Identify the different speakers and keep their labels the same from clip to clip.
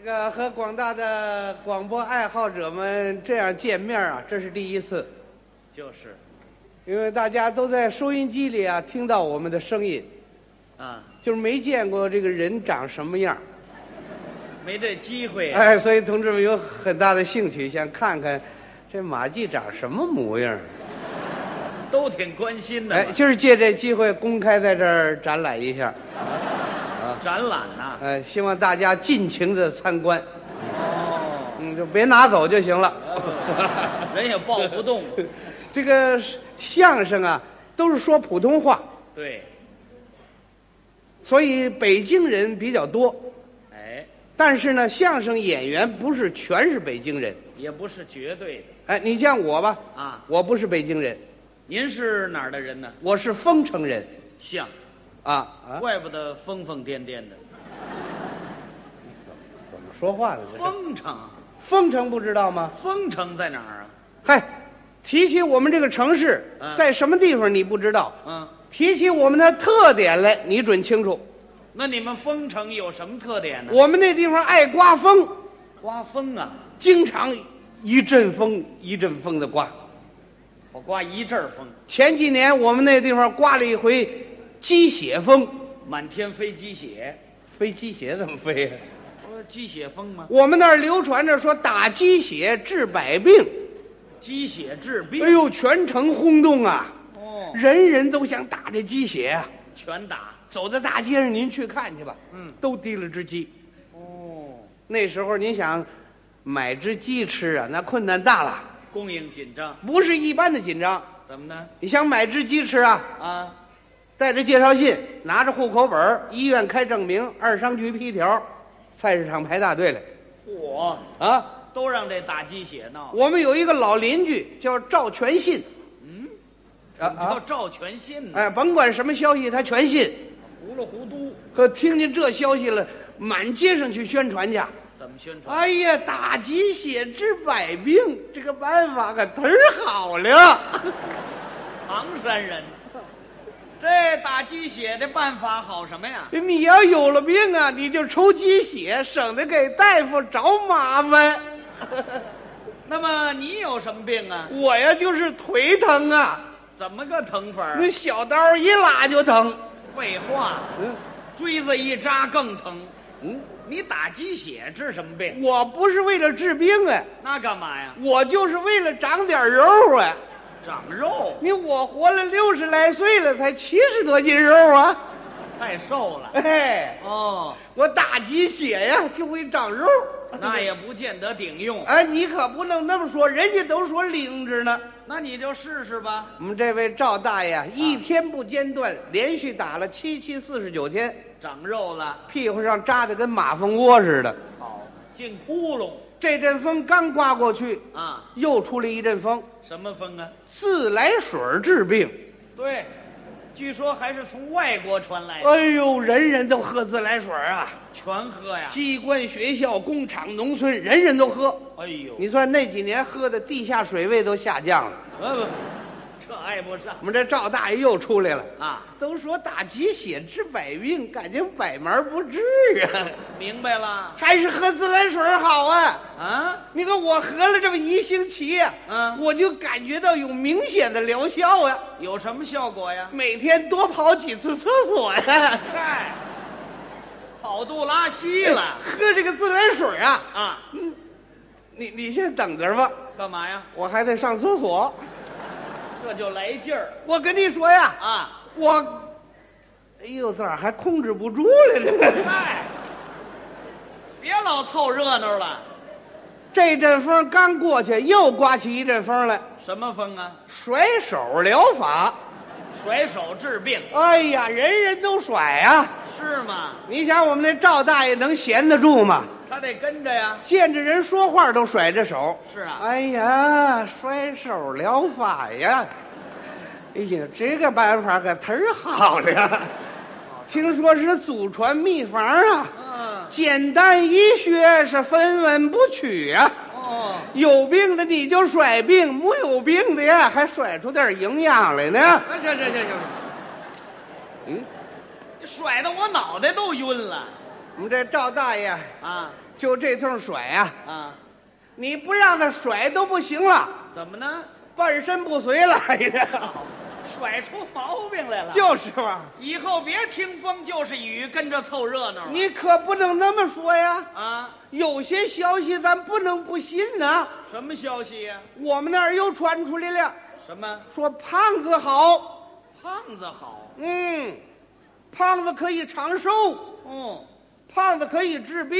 Speaker 1: 个和广大的广播爱好者们这样见面啊，这是第一次，
Speaker 2: 就是，
Speaker 1: 因为大家都在收音机里啊听到我们的声音，
Speaker 2: 啊，
Speaker 1: 就是没见过这个人长什么样。
Speaker 2: 没这机会。啊
Speaker 1: 哎，所以同志们有很大的兴趣，想看看这马季长什么模样。
Speaker 2: 都挺关心的嘛。
Speaker 1: 哎，就是借这机会公开在这儿展览一下，
Speaker 2: 展览呐、
Speaker 1: 哎，希望大家尽情的参观，
Speaker 2: 哦，
Speaker 1: 嗯，就别拿走就行了。
Speaker 2: 人也抱不动。
Speaker 1: 这个相声啊，都是说普通话，
Speaker 2: 对，
Speaker 1: 所以北京人比较多。
Speaker 2: 哎，
Speaker 1: 但是呢，相声演员不是全是北京人。
Speaker 2: 也不是绝对的
Speaker 1: 哎，你像我吧，
Speaker 2: 啊。
Speaker 1: 我不是北京人，
Speaker 2: 您是哪儿的人呢？
Speaker 1: 我是丰城人，
Speaker 2: 像，
Speaker 1: 啊啊，
Speaker 2: 怪不得疯疯癫癫的。
Speaker 1: 怎么说话呢？这是
Speaker 2: 丰城，
Speaker 1: 丰城不知道吗？
Speaker 2: 丰城在哪儿啊？
Speaker 1: 嗨，提起我们这个城市
Speaker 2: 嗯
Speaker 1: 在什么地方你不知道，
Speaker 2: 嗯，
Speaker 1: 提起我们的特点来你准清楚。
Speaker 2: 那你们丰城有什么特点呢？
Speaker 1: 我们那地方爱刮风，
Speaker 2: 刮风啊，
Speaker 1: 经常一阵风一阵风的刮。
Speaker 2: 我刮一阵儿风，
Speaker 1: 前几年我们那地方刮了一回鸡血风，
Speaker 2: 满天飞鸡血。
Speaker 1: 飞鸡血怎么飞啊呀、
Speaker 2: 不是鸡血风吗？
Speaker 1: 我们那儿流传着说打鸡血治百病，
Speaker 2: 鸡血治病。
Speaker 1: 哎呦，全城轰动啊！
Speaker 2: 哦，
Speaker 1: 人人都想打这鸡血啊！
Speaker 2: 全打。
Speaker 1: 走在大街上，您去看去吧，
Speaker 2: 嗯，
Speaker 1: 都提了只鸡。
Speaker 2: 哦，
Speaker 1: 那时候您想买只鸡吃啊，那困难大了，
Speaker 2: 供应紧张，
Speaker 1: 不是一般的紧张。
Speaker 2: 怎么呢？
Speaker 1: 你想买只鸡吃啊，
Speaker 2: 啊，
Speaker 1: 带着介绍信，拿着户口本儿，医院开证明，二商局批条，菜市场排大队来
Speaker 2: 我
Speaker 1: 啊！
Speaker 2: 都让这打鸡血闹。
Speaker 1: 我们有一个老邻居叫赵全信，
Speaker 2: 嗯，
Speaker 1: 啊
Speaker 2: 怎么叫
Speaker 1: 啊，
Speaker 2: 赵全信呢？
Speaker 1: 哎，甭管什么消息他全信。
Speaker 2: 糊里糊涂，
Speaker 1: 可听见这消息了，满街上去宣传去。
Speaker 2: 怎么宣传？
Speaker 1: 哎呀，打鸡血治百病，这个办法可忒儿好了。
Speaker 2: 唐山人，这打鸡血的办法好什么呀？
Speaker 1: 你要有了病啊，你就抽鸡血，省得给大夫找麻烦。
Speaker 2: 那么你有什么病啊？
Speaker 1: 我呀，就是腿疼啊，
Speaker 2: 怎么个疼法儿
Speaker 1: 那？小刀一拉就疼。
Speaker 2: 废话，
Speaker 1: 嗯
Speaker 2: 锥子一扎更疼。
Speaker 1: 嗯，
Speaker 2: 你打鸡血治什么病？
Speaker 1: 我不是为了治病啊，
Speaker 2: 那干嘛呀？
Speaker 1: 我就是为了长点肉啊。
Speaker 2: 长肉，
Speaker 1: 你我活了六十来岁了，才七十多斤肉啊，
Speaker 2: 太瘦了。
Speaker 1: 哎。
Speaker 2: 哦，
Speaker 1: 我打鸡血呀，就会长肉。
Speaker 2: 那也不见得顶用。
Speaker 1: 哎，你可不能那么说，人家都说灵着呢。
Speaker 2: 那你就试试吧。
Speaker 1: 我们这位赵大爷啊一天不间断，连续打了七七四十九天，
Speaker 2: 长肉了，
Speaker 1: 屁股上扎的跟马蜂窝似的。
Speaker 2: 好进窟窿
Speaker 1: 这阵风刚刮过去，
Speaker 2: 啊？
Speaker 1: 又出了一阵风，
Speaker 2: 什么风啊？
Speaker 1: 自来水治病。
Speaker 2: 对，据说还是从外国传来的，
Speaker 1: 哎呦，人人都喝自来水啊！
Speaker 2: 全喝呀。
Speaker 1: 机关、学校、工厂、农村，人人都喝。
Speaker 2: 哎呦，
Speaker 1: 你算那几年喝的地下水位都下降了。
Speaker 2: 呃不，这爱不上
Speaker 1: 我们这赵大爷又出来了。
Speaker 2: 啊！
Speaker 1: 都说打鸡血治百病，感觉百门不治啊，
Speaker 2: 明白了
Speaker 1: 还是喝自来水好啊。
Speaker 2: 啊？
Speaker 1: 你看我喝了这么一星期呀、
Speaker 2: 嗯
Speaker 1: 我就感觉到有明显的疗效啊。
Speaker 2: 有什么效果呀？
Speaker 1: 每天多跑几次厕所呀、
Speaker 2: 嗨，跑肚拉稀了
Speaker 1: 喝这个自来水啊，
Speaker 2: 啊？
Speaker 1: 你你先等着吧，
Speaker 2: 干嘛呀？
Speaker 1: 我还得上厕所。
Speaker 2: 这就来劲儿
Speaker 1: 我跟你说呀，
Speaker 2: 啊！
Speaker 1: 我，哎呦，咋还控制不住了呢？
Speaker 2: 嗨，别老凑热闹了。
Speaker 1: 这阵风刚过去，又刮起一阵风来，
Speaker 2: 什么风啊？
Speaker 1: 甩手疗法。
Speaker 2: 甩手治病
Speaker 1: 哎呀，人人都甩啊！
Speaker 2: 是吗？
Speaker 1: 你想我们那赵大爷能闲得住吗？
Speaker 2: 他得跟着呀。
Speaker 1: 见着人说话都甩着手。
Speaker 2: 是啊
Speaker 1: 哎呀，甩手疗法呀！哎呀，这个办法可忒儿好了呀！听说是祖传秘方啊，
Speaker 2: 嗯，
Speaker 1: 简单医学是分文不取啊。
Speaker 2: 哦，
Speaker 1: 有病的你就甩病，没有病的呀，还甩出点营养来呢。
Speaker 2: 那啊行行行行，
Speaker 1: 嗯，
Speaker 2: 你甩得我脑袋都晕了
Speaker 1: 我们这赵大爷
Speaker 2: 啊！
Speaker 1: 就这通甩呀、
Speaker 2: 啊？
Speaker 1: 你不让他甩都不行了，
Speaker 2: 怎么呢？
Speaker 1: 半身不遂了，哎呀，
Speaker 2: 甩出毛病来了。
Speaker 1: 就是嘛，
Speaker 2: 以后别听风就是雨，跟着凑热闹了。
Speaker 1: 你可不能那么说呀。
Speaker 2: 啊，
Speaker 1: 有些消息咱不能不信呐、
Speaker 2: 什么消息呀、
Speaker 1: 我们那儿又传出来了，
Speaker 2: 什么
Speaker 1: 说胖子好，
Speaker 2: 胖子好？
Speaker 1: 嗯，胖子可以长寿，
Speaker 2: 哦，
Speaker 1: 胖子可以治病，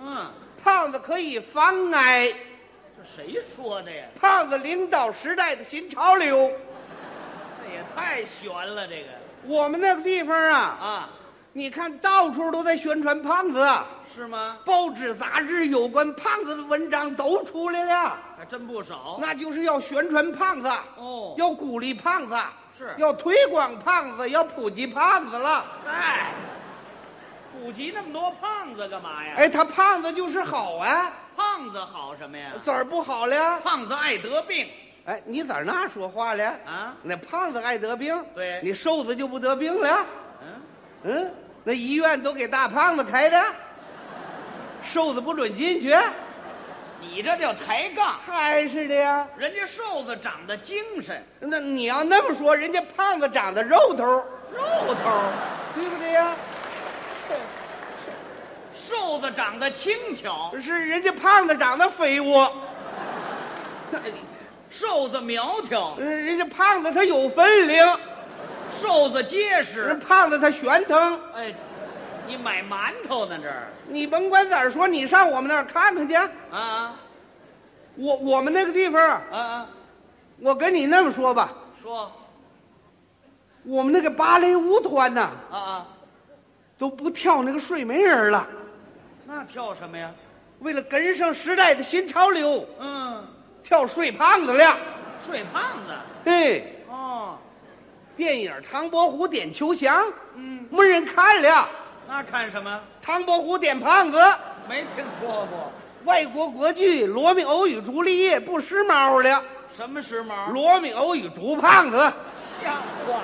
Speaker 2: 嗯，
Speaker 1: 胖子可以防癌，
Speaker 2: 这谁说的呀？
Speaker 1: 胖子领导时代的新潮流。
Speaker 2: 这也太悬了，这个
Speaker 1: 我们那个地方啊，
Speaker 2: 啊，
Speaker 1: 你看到处都在宣传胖子，啊
Speaker 2: 是吗？
Speaker 1: 报纸、杂志有关胖子的文章都出来了，
Speaker 2: 还真不少。
Speaker 1: 那就是要宣传胖子，
Speaker 2: 哦，
Speaker 1: 要鼓励胖子，
Speaker 2: 是
Speaker 1: 要推广胖子，要普及胖子了。
Speaker 2: 哎，普及那么多胖子干嘛呀？
Speaker 1: 哎，他胖子就是好啊，
Speaker 2: 胖子好什么呀？
Speaker 1: 怎儿不好了？
Speaker 2: 胖子爱得病
Speaker 1: 哎，你咋那说话了？
Speaker 2: 啊？
Speaker 1: 那胖子爱得病，
Speaker 2: 对
Speaker 1: 你瘦子就不得病了。
Speaker 2: 嗯，
Speaker 1: 嗯，那医院都给大胖子开的，瘦子不准进去，
Speaker 2: 你这叫抬杠。
Speaker 1: 还是的呀。
Speaker 2: 人家瘦子长得精神，
Speaker 1: 那你要那么说，人家胖子长得肉头，
Speaker 2: 肉头儿；
Speaker 1: 对不对呀？
Speaker 2: 瘦子长得轻巧，
Speaker 1: 是人家胖子长得肥沃，
Speaker 2: 哎瘦子苗条，
Speaker 1: 人人家胖子他有分量，
Speaker 2: 瘦子结
Speaker 1: 人
Speaker 2: 实。
Speaker 1: 胖子他悬腾。
Speaker 2: 哎，你买馒头呢这儿
Speaker 1: 你甭管咋说，你上我们那儿看看去。
Speaker 2: 啊
Speaker 1: 我我们那个地方，
Speaker 2: 啊啊！
Speaker 1: 我跟你那么说吧，
Speaker 2: 说
Speaker 1: 我们那个芭蕾舞团呐、
Speaker 2: 啊啊，
Speaker 1: 都不跳那个睡美人了，
Speaker 2: 那跳什么呀？
Speaker 1: 为了跟上时代的新潮流，
Speaker 2: 嗯，
Speaker 1: 跳睡胖子了。
Speaker 2: 睡胖子。
Speaker 1: 嘿，
Speaker 2: 哦，
Speaker 1: 电影《唐伯虎点秋香》
Speaker 2: 嗯，
Speaker 1: 没人看了，
Speaker 2: 那看什么？
Speaker 1: 唐伯虎点胖子。
Speaker 2: 没听说过。
Speaker 1: 外国国剧《罗密欧与朱丽叶》不时髦了，
Speaker 2: 什么时髦？
Speaker 1: 《罗密欧与朱胖子》
Speaker 2: 像话吗？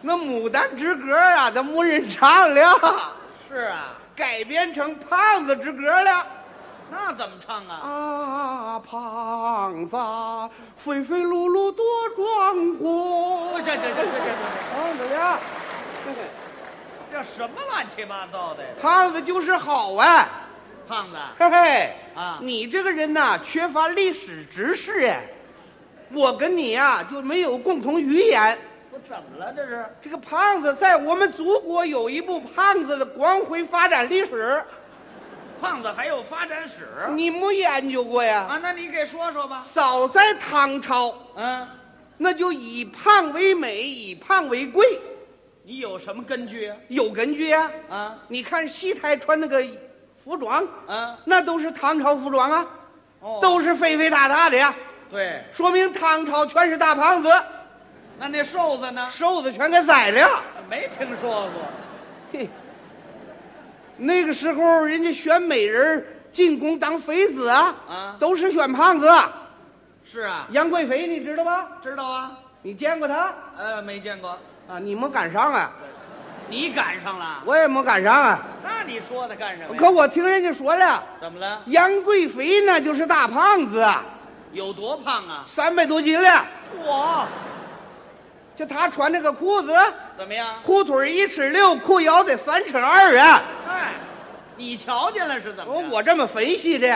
Speaker 1: 那《牡丹之歌》啊，都没人唱了，
Speaker 2: 是啊，
Speaker 1: 改编成《胖子之歌》了。
Speaker 2: 那怎么唱啊？
Speaker 1: 啊，胖子，肥肥碌碌多壮
Speaker 2: 不
Speaker 1: 观。
Speaker 2: 行行行行行行，
Speaker 1: 胖子呀，
Speaker 2: 这什么乱七八糟的呀？
Speaker 1: 胖子就是好啊，
Speaker 2: 胖子，
Speaker 1: 嘿嘿
Speaker 2: 啊
Speaker 1: 你这个人呐，缺乏历史知识哎，我跟你呀、就没有共同语言。
Speaker 2: 我怎么了这是？
Speaker 1: 这个胖子在我们祖国有一部胖子的光辉发展历史，
Speaker 2: 胖子还有发展史
Speaker 1: 你没研究过呀？
Speaker 2: 啊？那你给说说吧。
Speaker 1: 早在唐朝，
Speaker 2: 嗯，
Speaker 1: 那就以胖为美，以胖为贵，
Speaker 2: 你有什么根据啊？
Speaker 1: 有根据呀、
Speaker 2: 啊
Speaker 1: 你看西台穿那个服装，
Speaker 2: 啊
Speaker 1: 那都是唐朝服装啊，
Speaker 2: 哦，
Speaker 1: 都是肥肥大大的呀，
Speaker 2: 对。
Speaker 1: 说明唐朝全是大胖子，
Speaker 2: 那那瘦子呢？
Speaker 1: 瘦子全给宰了。
Speaker 2: 没听说过。
Speaker 1: 嘿，那个时候人家选美人儿进宫当妃子啊，
Speaker 2: 啊
Speaker 1: 都是选胖子。
Speaker 2: 是啊，
Speaker 1: 杨贵妃你知道吧？
Speaker 2: 知道啊。
Speaker 1: 你见过她
Speaker 2: 呃，没见过。
Speaker 1: 啊？你没赶上啊？
Speaker 2: 你赶上了？
Speaker 1: 我也没赶上啊。
Speaker 2: 那你说他干什么呀？
Speaker 1: 可我听人家说了，
Speaker 2: 怎么了？
Speaker 1: 杨贵妃那就是大胖子，啊，
Speaker 2: 有多胖啊？
Speaker 1: 三百多斤了。
Speaker 2: 我
Speaker 1: 就她穿那个裤子，
Speaker 2: 怎么样？
Speaker 1: 裤腿一尺六，裤腰得三尺二啊！
Speaker 2: 嗨，你瞧见了是怎么
Speaker 1: 我
Speaker 2: 着？
Speaker 1: 我这么分析的，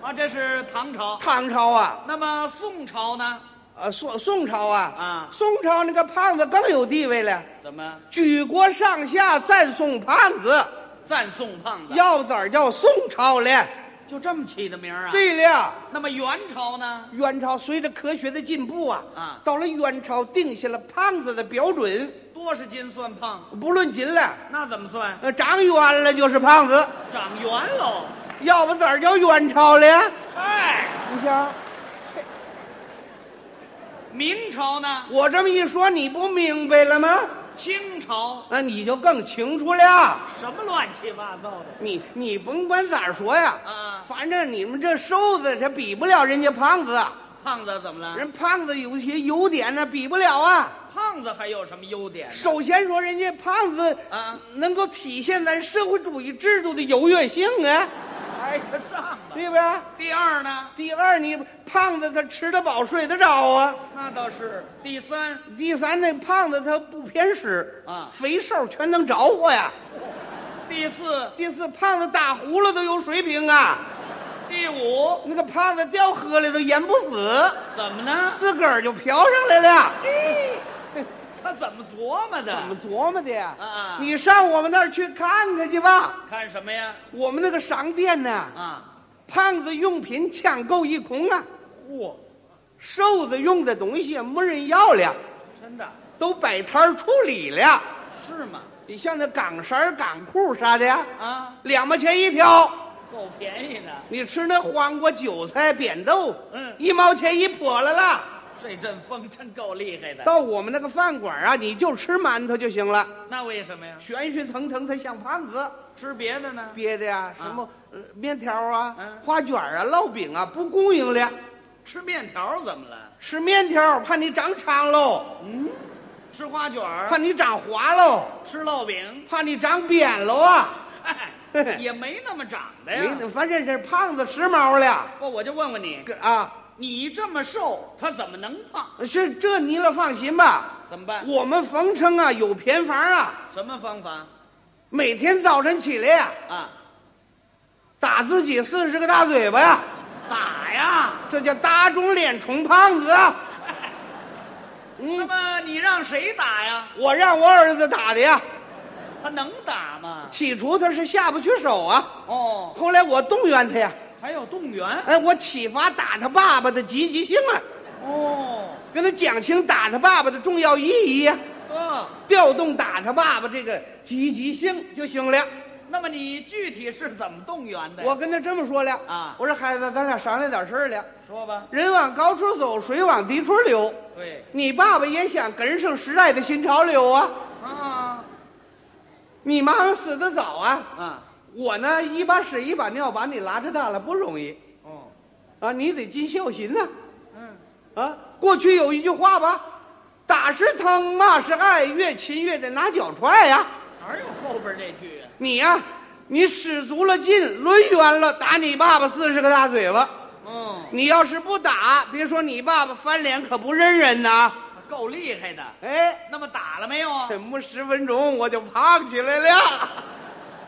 Speaker 2: 啊，这是唐朝。
Speaker 1: 唐朝啊，
Speaker 2: 那么宋朝呢？
Speaker 1: 呃宋宋朝啊，
Speaker 2: 啊
Speaker 1: 宋朝那个胖子更有地位了，
Speaker 2: 怎么
Speaker 1: 举国上下赞颂胖
Speaker 2: 啊
Speaker 1: 子，
Speaker 2: 赞颂胖子？
Speaker 1: 要咋儿叫宋朝了？
Speaker 2: 就这么起的名儿啊？。
Speaker 1: 对了，
Speaker 2: 那么元朝呢？
Speaker 1: 元朝随着科学的进步啊，
Speaker 2: 啊
Speaker 1: 到了元朝定下了胖子的标准，
Speaker 2: 多少斤算胖？
Speaker 1: 不论斤了，
Speaker 2: 那怎么算？
Speaker 1: 呃，长圆了就是胖子，
Speaker 2: 长圆喽。
Speaker 1: 要不咋儿叫元朝了？
Speaker 2: 哎，
Speaker 1: 你瞧。
Speaker 2: 明朝呢？
Speaker 1: 我这么一说，你不明白了吗？
Speaker 2: 清朝
Speaker 1: 那你就更清楚了。
Speaker 2: 什么乱七八糟的
Speaker 1: 你你甭管咋说呀，
Speaker 2: 啊？
Speaker 1: 反正你们这瘦子他比不了人家胖子，
Speaker 2: 胖子怎么了？
Speaker 1: 人胖子有些优点呢，比不了啊。
Speaker 2: 胖子还有什么优点呢？
Speaker 1: 首先说，人家胖子
Speaker 2: 啊
Speaker 1: 能够体现咱社会主义制度的优越性啊，
Speaker 2: 挨得上吧。
Speaker 1: 对吧？
Speaker 2: 第二呢？
Speaker 1: 第二，你胖子他吃得饱，睡得着啊。
Speaker 2: 那倒是。第三，
Speaker 1: 第三，那胖子他不偏食
Speaker 2: 啊
Speaker 1: 肥瘦全能着火呀。
Speaker 2: 第四，
Speaker 1: 第四，胖子打呼噜都有水平啊，
Speaker 2: 第五，
Speaker 1: 那个胖子掉河里头淹不死，
Speaker 2: 怎么呢？
Speaker 1: 自个儿就飘上来了。
Speaker 2: 他怎么琢磨的？
Speaker 1: 怎么琢磨的呀？
Speaker 2: 啊
Speaker 1: 你上我们那儿去看看去吧。
Speaker 2: 看什么呀？
Speaker 1: 我们那个商店呢，
Speaker 2: 啊，
Speaker 1: 胖子用品抢购一空啊，
Speaker 2: 嚯，
Speaker 1: 瘦子用的东西也没人要了，
Speaker 2: 真的
Speaker 1: 都摆摊儿处理了。
Speaker 2: 是吗？
Speaker 1: 你像那港衫儿、港裤啥的呀，
Speaker 2: 啊，
Speaker 1: 两毛钱一条。
Speaker 2: 够便宜的，
Speaker 1: 你吃那黄瓜、韭菜、扁豆，
Speaker 2: 嗯
Speaker 1: 一毛钱一笸了啦。
Speaker 2: 这阵风真够厉害的。
Speaker 1: 到我们那个饭馆啊，你就吃馒头就行了，
Speaker 2: 那为什么呀？
Speaker 1: 悬悬腾腾，它像胖子。
Speaker 2: 吃别的呢？
Speaker 1: 别的呀，什么、呃面条啊、
Speaker 2: 嗯
Speaker 1: 花卷啊、烙饼啊，不供应了。
Speaker 2: 吃面条怎么了？
Speaker 1: 吃面条怕你长长喽，
Speaker 2: 吃花卷儿
Speaker 1: 怕你长滑喽，
Speaker 2: 吃烙饼，
Speaker 1: 怕你长扁喽啊！
Speaker 2: 嗨、也没那么长
Speaker 1: 没
Speaker 2: 的哎呀。
Speaker 1: 得，反正是胖子时髦了
Speaker 2: 不，我就问问你，
Speaker 1: 个啊。
Speaker 2: 你这么瘦，他怎么能胖？
Speaker 1: 是这你了放心吧，
Speaker 2: 怎么办？
Speaker 1: 我们冯城啊有偏方啊，
Speaker 2: 什么方法
Speaker 1: 每天早晨起来呀、
Speaker 2: 啊？
Speaker 1: 打自己四十个大嘴巴呀、
Speaker 2: 打呀！
Speaker 1: 这叫打肿脸充胖子 啊！
Speaker 2: 那
Speaker 1: 嗯，
Speaker 2: 么你让谁打呀？
Speaker 1: 我让我儿子打的呀。
Speaker 2: 他能打吗？
Speaker 1: 起初他是下不去手啊，
Speaker 2: 哦，
Speaker 1: 后来我动员他呀，
Speaker 2: 还有动员
Speaker 1: 哎，我启发打他爸爸的积极性啊，
Speaker 2: 哦，
Speaker 1: 跟他讲清打他爸爸的重要意义呀、
Speaker 2: 哥。
Speaker 1: 调动打他爸爸这个积极性就行了。
Speaker 2: 那么你具体是怎么动员的？
Speaker 1: 我跟他这么说了
Speaker 2: 啊
Speaker 1: 我说孩子，咱俩商量点事儿了。
Speaker 2: 说吧。
Speaker 1: 人往高处走，水往低处流。
Speaker 2: 对
Speaker 1: 你爸爸也想跟上时代的新潮流啊。
Speaker 2: 啊
Speaker 1: 你妈死得早啊，
Speaker 2: 啊
Speaker 1: 我呢一把屎一把尿把你拉扯大了不容易
Speaker 2: 哦
Speaker 1: 啊，你得尽孝心呐
Speaker 2: 嗯，
Speaker 1: 啊过去有一句话吧，打是疼，骂是爱，越亲越得拿脚踹呀、
Speaker 2: 哪有后边这句啊？
Speaker 1: 你呀、你使足了劲，抡圆了打你爸爸四十个大嘴巴。
Speaker 2: 嗯，
Speaker 1: 你要是不打，别说你爸爸翻脸可不认人呐。
Speaker 2: 够厉害的。
Speaker 1: 哎，
Speaker 2: 那么打了没有啊？
Speaker 1: 没十分钟我就胖起来了，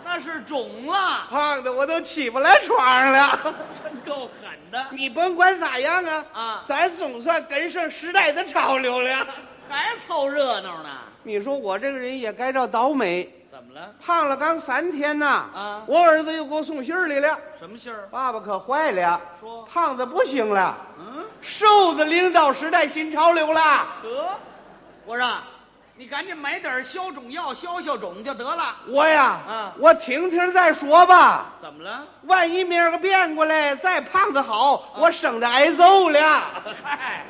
Speaker 2: 那是肿了，
Speaker 1: 胖的我都起不来床上了。
Speaker 2: 真够狠的，
Speaker 1: 你甭管咋样啊，
Speaker 2: 啊
Speaker 1: 咱总算跟上时代的潮流了。
Speaker 2: 还凑热闹呢？
Speaker 1: 你说我这个人也该着倒霉，
Speaker 2: 怎么了？
Speaker 1: 胖了刚三天呐，
Speaker 2: 啊
Speaker 1: 我儿子又给我送信儿来了，
Speaker 2: 什么信儿？
Speaker 1: 爸爸可坏了，
Speaker 2: 说
Speaker 1: 胖子不行了，
Speaker 2: 嗯，
Speaker 1: 瘦子领导时代新潮流了。
Speaker 2: 得，我说你赶紧买点消肿药消消肿就得了。
Speaker 1: 我呀，
Speaker 2: 啊
Speaker 1: 我听听再说吧，
Speaker 2: 怎么了？啊
Speaker 1: 万一明儿个变过来再胖子好，我省得挨揍了。
Speaker 2: 嗨，